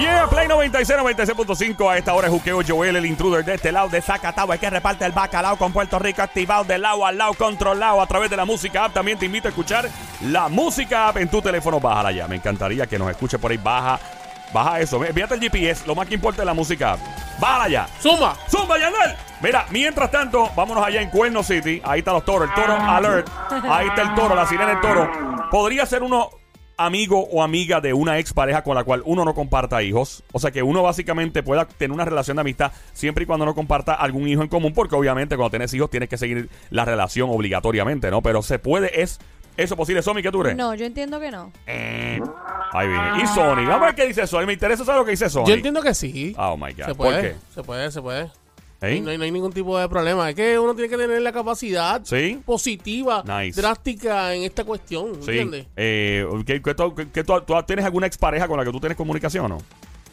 Yeah, Play 96, 96.5 a esta hora es Juqueo Joel, el intruder de este lado de Zacatau, el que reparte el bacalao con Puerto Rico activado de lado al lado, controlado a través de la música app. También te invito a escuchar la música app en tu teléfono, bájala ya. Me encantaría que nos escuche por ahí, baja, baja eso. Ve- Fíjate el GPS, lo más que importa es la música app. Bájala ya. ¡Suma! ¡Zumba, Yandel! Mira, mientras tanto, vámonos allá en Cuerno City. Ahí están los toros, el toro alert. Ahí está el toro, la sirena del toro. Podría ser uno amigo o amiga de una expareja con la cual uno no comparta hijos. O sea que uno básicamente pueda tener una relación de amistad siempre y cuando no comparta algún hijo en común, porque obviamente cuando tienes hijos tienes que seguir la relación obligatoriamente, ¿no? Pero se puede, es eso posible. Somi, ¿qué tú crees? Eh, No, yo entiendo que no. Ahí viene. Y Sony, vamos a ver qué dice Sony. Me interesa saber lo que dice Sony. Yo entiendo que sí. Oh my God. Se ¿Por puede, qué? se puede, se puede. ¿Eh? Y No, hay, no hay ningún tipo de problema. Es que uno tiene que tener la capacidad Sí. positiva, Nice. drástica en esta cuestión. Sí. ¿Entiendes? Eh, ¿qué- qué tú, qué- qué tú- tú tienes alguna expareja con la que tú tienes comunicación o no?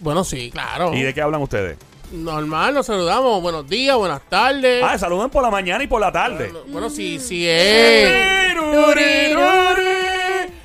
Bueno, sí, claro. ¿Y de qué hablan ustedes? Normal, nos saludamos. Buenos días, buenas tardes. Ah, saludan por la mañana y por la tarde. Bueno, sí, sí es.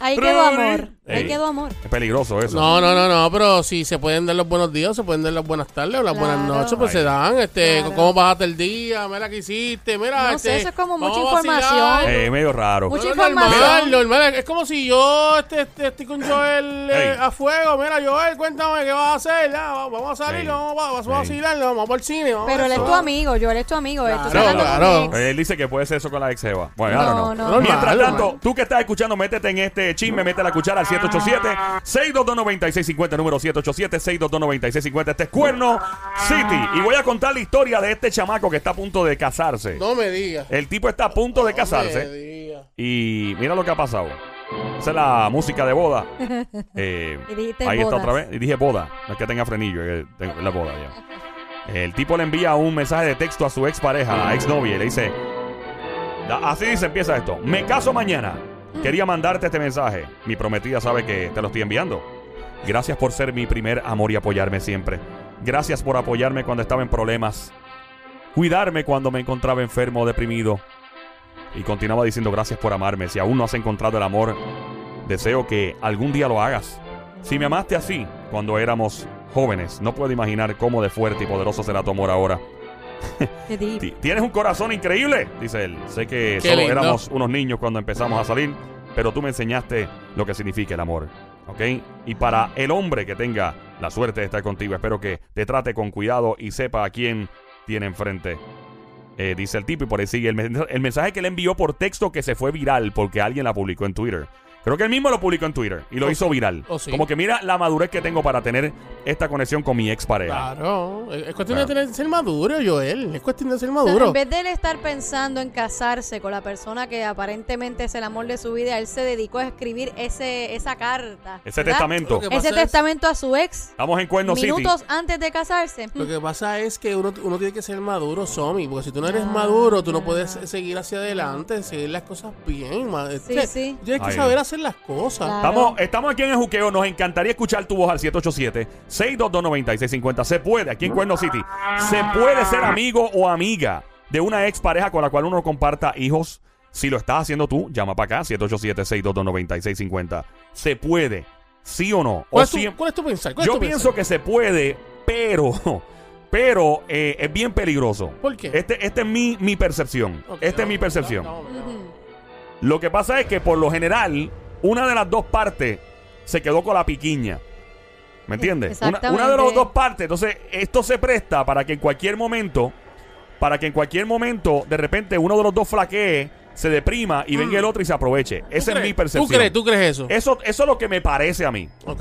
Ahí quedó amor. Ey. Ahí quedó amor. Es peligroso eso. No, no, no, no, pero si se pueden dar los buenos días, se pueden dar las buenas tardes o las Claro. buenas noches, pues Ay. se dan. Este, Claro. ¿Cómo pasaste el día? Mira qué hiciste, mira. No sé, este, eso es como mucha vamos a vacilar. información. Eh, medio raro. Mucha No, no, normal, información. normal. Es como si yo este, este, estoy con Joel eh, Ey. a fuego. Mira, Joel, cuéntame qué vas a hacer. Ah, vamos a Ey. salir, vamos, a- vamos a Ey. vacilar, vamos al cine. vamos Pero a él es eso. tu amigo, yo él es tu amigo. él tú estás Claro, hablando con claro. mi ex. Eh, Él dice que puede ser eso con la ex jeva. Bueno, I don't No, know. no. Normal, Mientras normal. tanto, tú que estás escuchando, métete en este chisme, mete la cuchara al 787-622-9650, número 787-622-9650. Este es Cuerno City. Y voy a contar la historia de este chamaco que está a punto de casarse. No me digas. El tipo está a punto de No me casarse digas. y mira lo que ha pasado. Esa es la música de boda. Eh, Y dijiste ahí está bodas. otra vez. Y dije boda. No es que tenga frenillo, es que tengo- es la boda ya. El tipo le envía un mensaje de texto a su ex pareja, la ex novia, y le dice: da- Así dice, empieza esto. Me caso mañana. Quería mandarte este mensaje. Mi prometida sabe que te lo estoy enviando. Gracias por ser mi primer amor y apoyarme siempre. Gracias por apoyarme cuando estaba en problemas. Cuidarme cuando me encontraba enfermo o deprimido. Y continuaba diciendo gracias por amarme. Si aún no has encontrado el amor, deseo que algún día lo hagas. Si me amaste así cuando éramos jóvenes, no puedo imaginar cómo de fuerte y poderoso será tu amor ahora. Qué deep. Ti- Tienes un corazón increíble, dice él. Sé que Qué solo lindo. éramos unos niños cuando empezamos a salir, pero tú me enseñaste lo que significa el amor. ¿Ok? Y para el hombre que tenga la suerte de estar contigo, espero que te trate con cuidado y sepa a quién tiene enfrente. Eh, dice el tipo y por ahí sigue el, men- el mensaje que le envió por texto que se fue viral porque alguien la publicó en Twitter. Creo que él mismo lo publicó en Twitter y lo Oh, hizo viral. oh, sí. Como que mira la madurez que tengo para tener esta conexión con mi expareja. Claro, es es cuestión Claro. de tener, ser maduro, Joel. Es cuestión de ser O sea, maduro. en vez de él estar pensando en casarse con la persona que aparentemente es el amor de su vida, él se dedicó a escribir ese, esa carta. Ese ¿verdad? testamento. Lo que pasa Ese es- testamento a su ex. Estamos en Cuerno City. Minutos antes de casarse. Lo que pasa es que uno, uno tiene que ser maduro, Somi, porque si tú no eres maduro, tú no puedes seguir hacia adelante, seguir las cosas bien. ma- o sea, Ah. sí. Tienes que Ay. saber hacer las cosas. Claro. Estamos, estamos aquí en el juqueo. Nos encantaría escuchar tu voz al 787-622-9650. Se puede, aquí en Cuerno City. Se puede ser amigo o amiga de una ex pareja con la cual uno comparta hijos. Si lo estás haciendo tú, llama para acá, 787-622-9650. Se puede, sí o no. O ¿Cuál, es tu, siem- cuál es tu pensar? ¿Cuál es Yo tu pensar? pienso que se puede, pero, pero eh, es bien peligroso. ¿Por qué? Este, este es mi, mi percepción. Ok, Esta es mi vamos, percepción. vamos, vamos, vamos. Ujú. Lo que pasa es que por lo general, una de las dos partes se quedó con la piquiña. ¿Me entiendes? Una, Exactamente. una de las dos partes. Entonces, esto se presta para que en cualquier momento, para que en cualquier momento, de repente, uno de los dos flaquee, se deprima y venga el otro y se aproveche. Esa es crees? mi percepción. ¿Tú crees, tú crees eso? Eso, eso es lo que me parece a mí. Ok.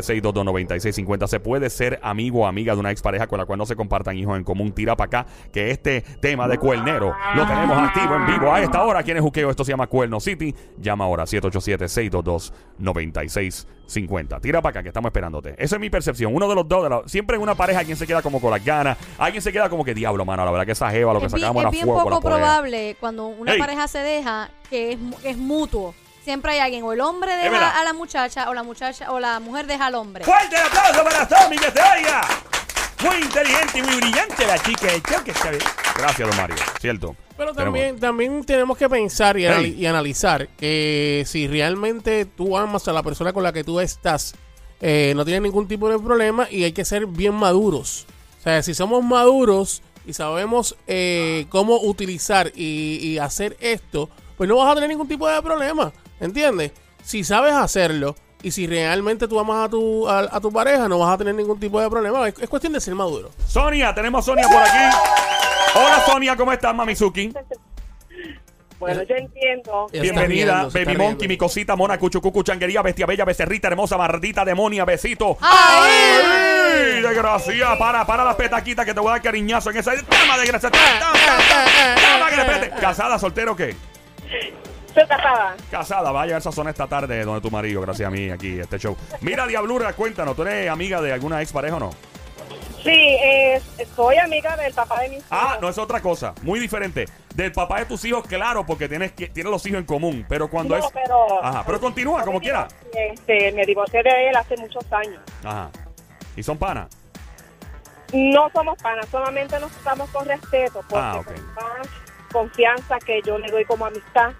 787-622-9650. Se puede ser amigo o amiga de una expareja con la cual no se compartan hijos en común. Tira para acá que este tema de cuernero lo tenemos activo en vivo a esta hora. ¿Quién es Juqueo? Esto se llama Cuerno City. Llama ahora 787-622-9650. Tira para acá que estamos esperándote. Esa es mi percepción. Uno de los dos. de la- Siempre en una pareja alguien se queda como con las ganas. Alguien se queda como que diablo, mano. La verdad que esa jeva lo que es bien, sacamos es era bien fuego con la poco polea". probable cuando una Ey. pareja se deja que es, mu- es mutuo. Siempre hay alguien, o el hombre verdad. deja a la muchacha, o la muchacha, o la mujer deja al hombre. Fuerte el aplauso para Tommy que se oiga. Muy inteligente y muy brillante la chica del show que está bien. Gracias, don Mario. Cierto. Pero también, también tenemos que pensar y, anali- Hey. y analizar que si realmente tú amas a la persona con la que tú estás, eh, no tienes ningún tipo de problema y hay que ser bien maduros. O sea, si somos maduros y sabemos eh, cómo utilizar y, y hacer esto, pues no vas a tener ningún tipo de problema, ¿entiendes? Si sabes hacerlo y si realmente tú amas a tu, a, a tu pareja, no vas a tener ningún tipo de problema. Es, es cuestión de ser maduro. Sonia, tenemos a Sonia por aquí. Hola Sonia, ¿cómo estás, Mamizuki? Eh, Bueno, yo entiendo. Ya está Bienvenida, riendo, se Baby está Monkey, riendo. mi cosita, mona, cuchucucu, changuería, bestia bella, becerrita, hermosa, mardita, demonia, besito. ¡Ay! Desgracia, para, para las petaquitas que te voy a dar cariñazo en esa. ¡Tama, desgracia! ¡Tama, tama, tama, tama, que le pete! ¿Casada, soltero o qué? Soy casada. Casada, vaya a esa zona esta tarde donde tu marido, gracias a mí, aquí, este show. Mira, Diablura, cuéntanos, ¿tú eres amiga de alguna ex pareja o no? Sí, eh, soy amiga del papá de mis Ah, hijos. no es otra cosa, muy diferente. Del papá de tus hijos, claro, porque tienes que tienes los hijos en común, pero cuando No, es Ah. pero- Ajá, pero continúa como quiera. Este, me divorcié de él hace muchos años. Ajá. Y son panas. No somos panas, solamente nos tratamos con respeto, porque Ah, ok. con más confianza que yo le doy como amistad,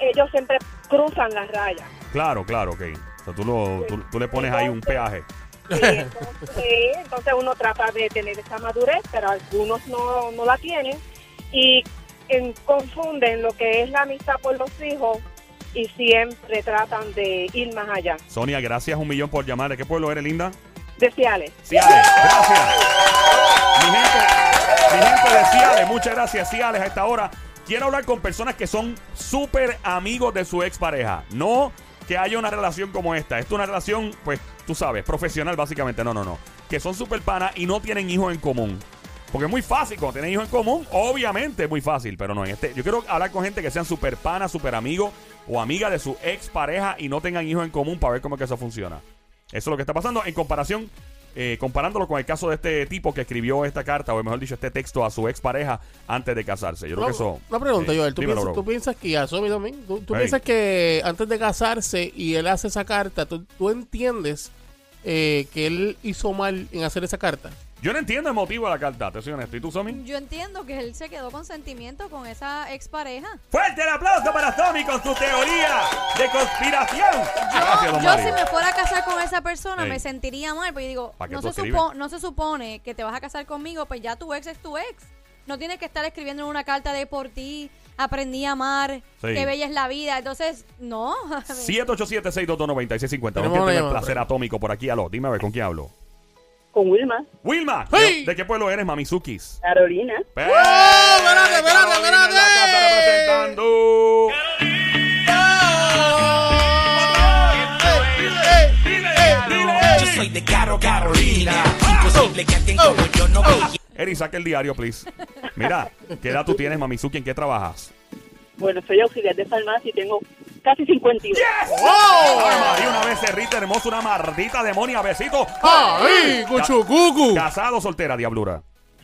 ellos siempre cruzan las rayas. Claro, claro, ok. O sea, tú, lo, tú, tú le pones ahí un peaje. Sí, entonces, sí, entonces uno trata de tener esa madurez, pero algunos no, no la tienen y en- confunden lo que es la amistad por los hijos y siempre tratan de ir más allá. Sonia, gracias un millón por llamar. ¿De qué pueblo eres, linda? De Ciales. Ciales, gracias. Mi gente, mi gente de Ciales, muchas gracias, Ciales, a esta hora. Quiero hablar con personas que son súper amigos de su expareja. No que haya una relación como esta. Esto es una relación, pues, tú sabes, profesional, básicamente. No, no, no. Que son súper panas y no tienen hijos en común. Porque es muy fácil, cuando tienen hijos en común, obviamente es muy fácil, pero no en este. Yo quiero hablar con gente que sean súper panas, súper amigos o amigas de su expareja y no tengan hijos en común para ver cómo es que eso funciona. Eso es lo que está pasando en comparación, eh, comparándolo con el caso de este tipo que escribió esta carta, o mejor dicho, este texto a su expareja antes de casarse. Yo creo Una- que eso. Una pregunta, eh, Joel. ¿Tú, dímelo, piensas, bro. tú piensas que ya Somi también? ¿Tú, tú Ey. piensas que antes de casarse y él hace esa carta, tú, tú entiendes eh, que él hizo mal en hacer esa carta? Yo no entiendo el motivo de la carta, te soy honesto. ¿Y tú, Somi? Yo entiendo que él se quedó con sentimiento con esa expareja. ¡Fuerte el aplauso para Somi con su teoría de conspiración! Gracias, don Yo Mario. si me fuera a casar con esa persona Ey. me sentiría mal, porque yo digo, ¿Pa' qué no tú se, escribes? supo- no se supone que te vas a casar conmigo, pues ya tu ex es tu ex. No tienes que estar escribiendo en una carta de por ti, aprendí a amar, Sí. qué bella es la vida. Entonces, no. 787-622-9650. Tenemos Vamos una a tener llamada, placer atómico por aquí. Aló, dime a ver con quién hablo. Con Wilma, Wilma, ¡Hey! ¿de, de qué pueblo eres, Mamizukis? Carolina. espérate, espérate, espérate! representando. Yo soy de Caro Carolina. Imposible que alguien como yo no me Eri, saca el diario, please. Mira, ¿qué edad tú tienes, Mamizuki? ¿En qué trabajas? Bueno, soy auxiliar de farmacia y tengo casi 51. Ay, María, una becerrita hermosa, una mardita demonia, besito. ¡Ay, cuchucucu! Casado, soltera, diablura.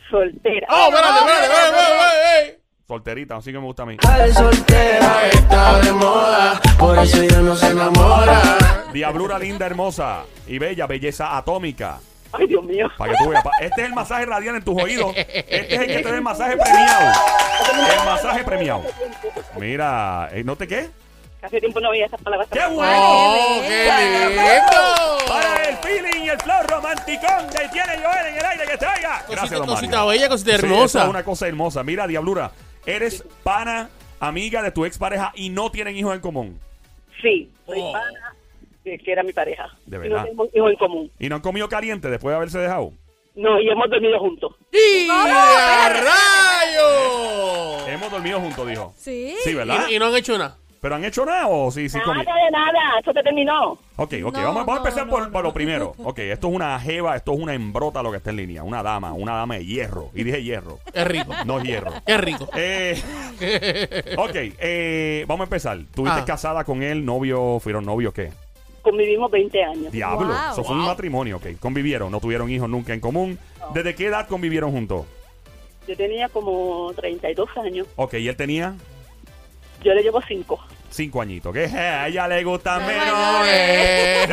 Soltera. ¡Oh, espérate, espérate, espérate! espérate, espérate. Solterita, así que me gusta a mí. de soltera está de moda, por eso ella no se enamora. Diablura linda, hermosa y bella, belleza atómica. Ay, Dios mío. Para que tú veas. pa- Este es el masaje radial en tus oídos. Este es el que te da el masaje premiado. El masaje premiado. Mira, eh, ¿no te qué? Hace tiempo no oía esas palabras. ¡Qué bueno! ¡Oh, qué lindo! Para el feeling y el flow romanticón que tiene Joel en el aire que te oiga. Gracias, Cosita, don cosita Mario. bella, cosita Sí, hermosa. eso es una cosa hermosa. Mira, Diablura, eres pana, amiga de tu expareja y no tienen hijos en común. Sí, soy Oh. pana de que era mi pareja. De Y no verdad. tenemos hijos en común. Y no han comido caliente después de haberse dejado. No, y hemos dormido juntos. ¡Y a rayo! Hemos dormido juntos, dijo. sí. Sí, ¿verdad? Y, y no han hecho nada. Pero han hecho nada o sí, sí comi- Nada de nada, eso te terminó. Ok, ok, No, vamos, vamos a no, empezar no, por, no. por lo primero. Ok, esto es una jeva, esto es una embrota lo que está en línea. Una dama, una dama de hierro. Y dije hierro, Es rico. no hierro. Es rico. Eh, ok, eh, vamos a empezar. ¿Tuviste Ah. casada con él, novio, fueron novios qué? Convivimos 20 años. Diablo, Wow. eso fue un matrimonio, ok. Convivieron, no tuvieron hijos nunca en común. ¿Desde qué edad convivieron juntos? Yo tenía como 32 años. Ok, y él tenía Yo le llevo 5. cinco añitos, que a ella le gustan bueno. menores.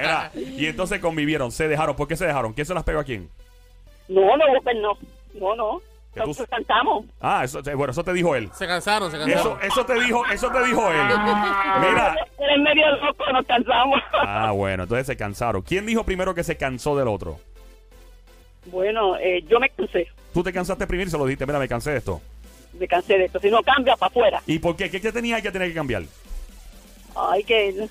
Mira, y entonces convivieron, se dejaron. ¿Por qué se dejaron? ¿Quién se las pegó a quién? No, no, pues no. No, no. Que tú- Nos saltamos. ah, eso, bueno, eso te dijo él. Se cansaron, se cansaron. Eso, eso te dijo, eso te dijo él. Mira. Eres medio loco, nos cansamos. Ah, bueno, entonces se cansaron. ¿Quién dijo primero que se cansó del otro? Bueno, eh, yo me cansé. Tú te cansaste primero y se lo dijiste, mira, me cansé de esto. Me cansé de esto. Si no, cambia para afuera. ¿Y por qué? ¿Qué, qué tenía que tener que cambiar? Ay, que...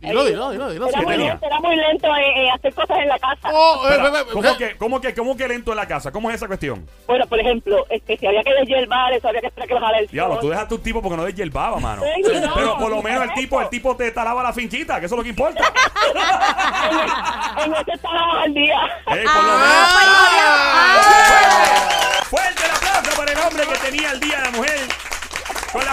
Dilo, dilo, dilo, dilo. Era ¿qué muy tenía? lento, era muy lento en, en hacer cosas en la casa. Oh, eh, Espera, eh, eh, ¿cómo, eh, que, cómo, que, ¿Cómo que lento en la casa? ¿Cómo es esa cuestión? Bueno, por ejemplo, este, si había que deshiervar, eso había que esperar que bajara el Diablo, sol. tú dejaste un tipo porque no deshielbaba, mano. Sí, no, Pero por lo no, menos el no. tipo, el tipo te talaba la finquita, que eso es lo que importa. En ese estaba al día. Eh, Ah, por lo menos- pues ¡Fuerte! ¡Fuerte el aplauso para el hombre que tenía el día de la mujer! Con la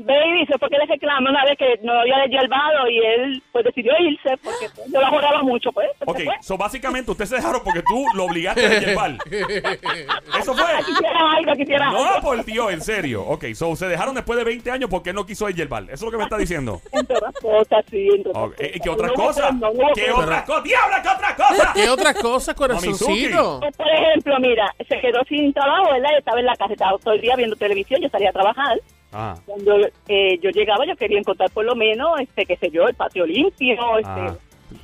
Baby, eso fue que le reclamó una vez que no había deshiervado y él pues decidió irse porque pues, yo lo juraba mucho, pues. pues, Ok, se fue. so básicamente ustedes se dejaron porque tú lo obligaste a deshielbar. Eso fue. Quisiera algo, quisiera No, algo. por Dios, en serio. Ok, so se dejaron después de 20 años porque él no quiso deshielbar. Eso es lo que me está diciendo. Entre otras cosas, sí, entre otras Ok, ¿y ¿Qué cosas. otras No hubo cosas? perdón, no hubo ¿Qué perdón. otras cosas? ¡Diabla, qué otras cosas! ¿Qué otras cosas, corazoncito? Pues, por ejemplo, mira, se quedó sin trabajo, ¿verdad? Yo Estaba en la casa, estaba todo el día viendo televisión, yo salía a trabajar. Ah, Cuando eh, yo llegaba, yo quería encontrar por lo menos, este, qué sé yo, el patio limpio, este... ah.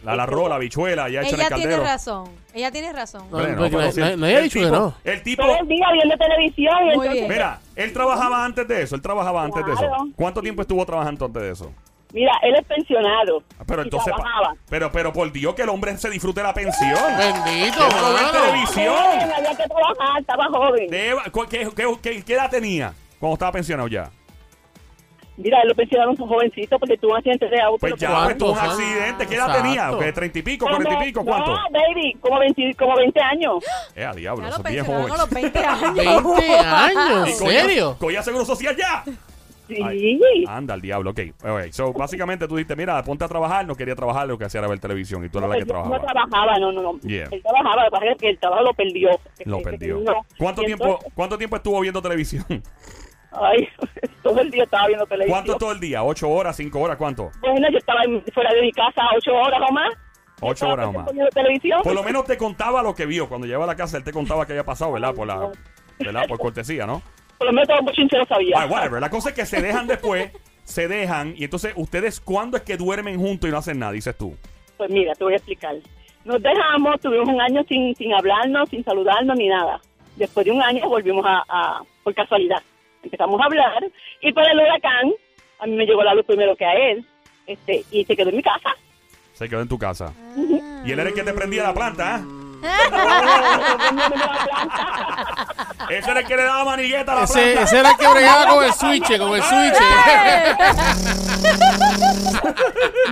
La larró, la bichuela, ya hecho en Ella el tiene caldero. razón. Ella tiene razón. No, Bueno, porque pero no- si no- el- no había el dicho que tipo- no. El tipo, Todo el día viendo televisión y Muy entonces bien. Mira, él trabajaba antes de eso, él trabajaba antes de eso. Claro. ¿Cuánto tiempo estuvo trabajando antes de eso? Mira, él es pensionado. Ah, Pero y entonces, pa- trabajaba. pero, pero por Dios que el hombre se disfrute la Eh. pensión. Bendito, Eso lo ve en mano. televisión. Joven, Ah, había que trabajar, estaba joven. Deba- cu- ¿Qué, qué- qué- qué edad tenía cuando estaba pensionado ya? Mira, él lo pensionaron un jovencito porque tuvo un accidente de auto. Pues lo ya, pensionaron. pues tuvo un ¿Cuántos años? accidente. ¿Qué edad Exacto. tenía? ¿Qué, ¿30 y pico, Como- 40 y pico? ¿Cuánto? No, baby, como 20, como 20 años. Eh, a diablo, Ya eso lo es bien pensionaron joven. a los 20 años. 20 años, ¿en Con ya- serio? Con ya seguro social ya. Sí. Ay. Anda, el diablo, ok. Ok, so, básicamente tú dijiste, mira, ponte a trabajar, no quería trabajar, lo que hacía era ver televisión y tú eras la que Pues yo trabajaba. No trabajaba, no, no, no. Yeah. Él trabajaba, lo que pasa es que el trabajo lo perdió. Lo Este, perdió. no. ¿Cuánto Y tiempo, entonces- ¿Cuánto tiempo estuvo viendo televisión? Ay, todo el día estaba viendo televisión. ¿Cuánto todo el día? ¿Ocho horas? ¿Cinco horas? ¿Cuánto? Bueno, yo estaba en- fuera de mi casa ocho horas o más. Ocho Estaba horas o más. viendo televisión. Por lo menos te contaba lo que vio. Cuando llegaba a la casa, él te contaba que había pasado, ¿verdad? Por la, ¿verdad? Por cortesía, ¿no? Por lo menos todo un bochinchero sabía. Ay, whatever. La cosa es que se dejan después, se dejan, y entonces ustedes, ¿cuándo es que duermen juntos y no hacen nada? Dices tú. Pues mira, te voy a explicar. Nos dejamos, tuvimos un año sin, sin hablarnos, sin saludarnos ni nada. Después de un año volvimos a, a- por casualidad. Empezamos a hablar y para el huracán, a mí me llegó la luz primero que a él este, y se quedó en mi casa. Se quedó en tu casa. Y él era el que te prendía la planta, ¿ah? ¿eh? Ese era el que le daba manigueta a la Ese, planta. ese era el que bregaba con el switch, con el switch.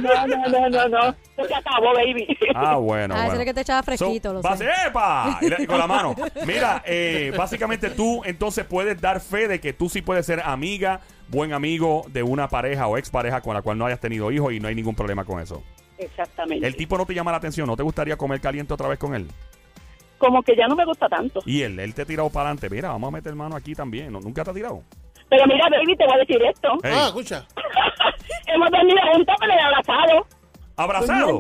No, no, no, no, no. Eso se acabó, baby. Ah, bueno. Ah, ese bueno. era que te echaba fresquito, lo va- sé. ¡Epa! Y le- con la mano. Mira, eh, básicamente tú entonces puedes dar fe de que tú sí puedes ser amiga, buen amigo de una pareja o expareja con la cual no hayas tenido hijos y no hay ningún problema con eso. Exactamente. El tipo no te llama la atención, no te gustaría comer caliente otra vez con él. Como que ya no me gusta tanto. Y él, él te ha tirado para adelante. Mira, vamos a meter mano aquí también. No, nunca te ha tirado. Pero mira, baby, te voy a decir esto. Ey, Ah, escucha. Hemos dormido juntos, pero he abrazado. ¡Abrazado!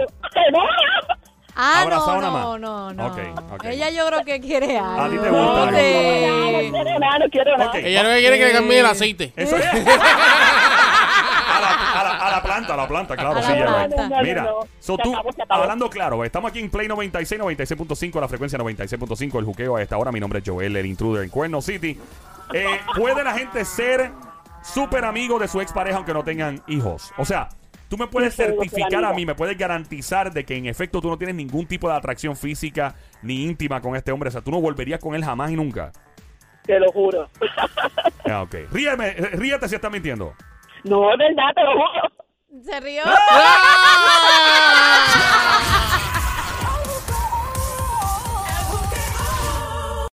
Ah, Abrazado no, nada no, más. no, no. Ok, ok. Ella yo creo que quiere algo. A ti te gusta algo. No, de- no quiero nada, no quiero nada. Ok. Ella no quiere que le cambie el aceite. Eso es. A la, a la- a la planta, a la planta, claro. A la sí, ya, planta. right. No, no, Mira, no. so Se tú, acabó, se acabó. hablando claro, estamos aquí en Play 96, 96.5, la frecuencia 96.5, el juqueo a esta hora. Mi nombre es Joel, el intruder en Cuerno City. Eh, ¿Puede la gente ser súper amigo de su expareja aunque no tengan hijos? O sea, tú me puedes Sí, puedo ser certificar a amiga. mí, me puedes garantizar de que en efecto tú no tienes ningún tipo de atracción física ni íntima con este hombre. O sea, tú no volverías con él jamás y nunca. Te lo juro. Ah, ok. Ríeme, eh, ríete si estás mintiendo. No, es verdad, te lo juro. Se rió. ¡Ah!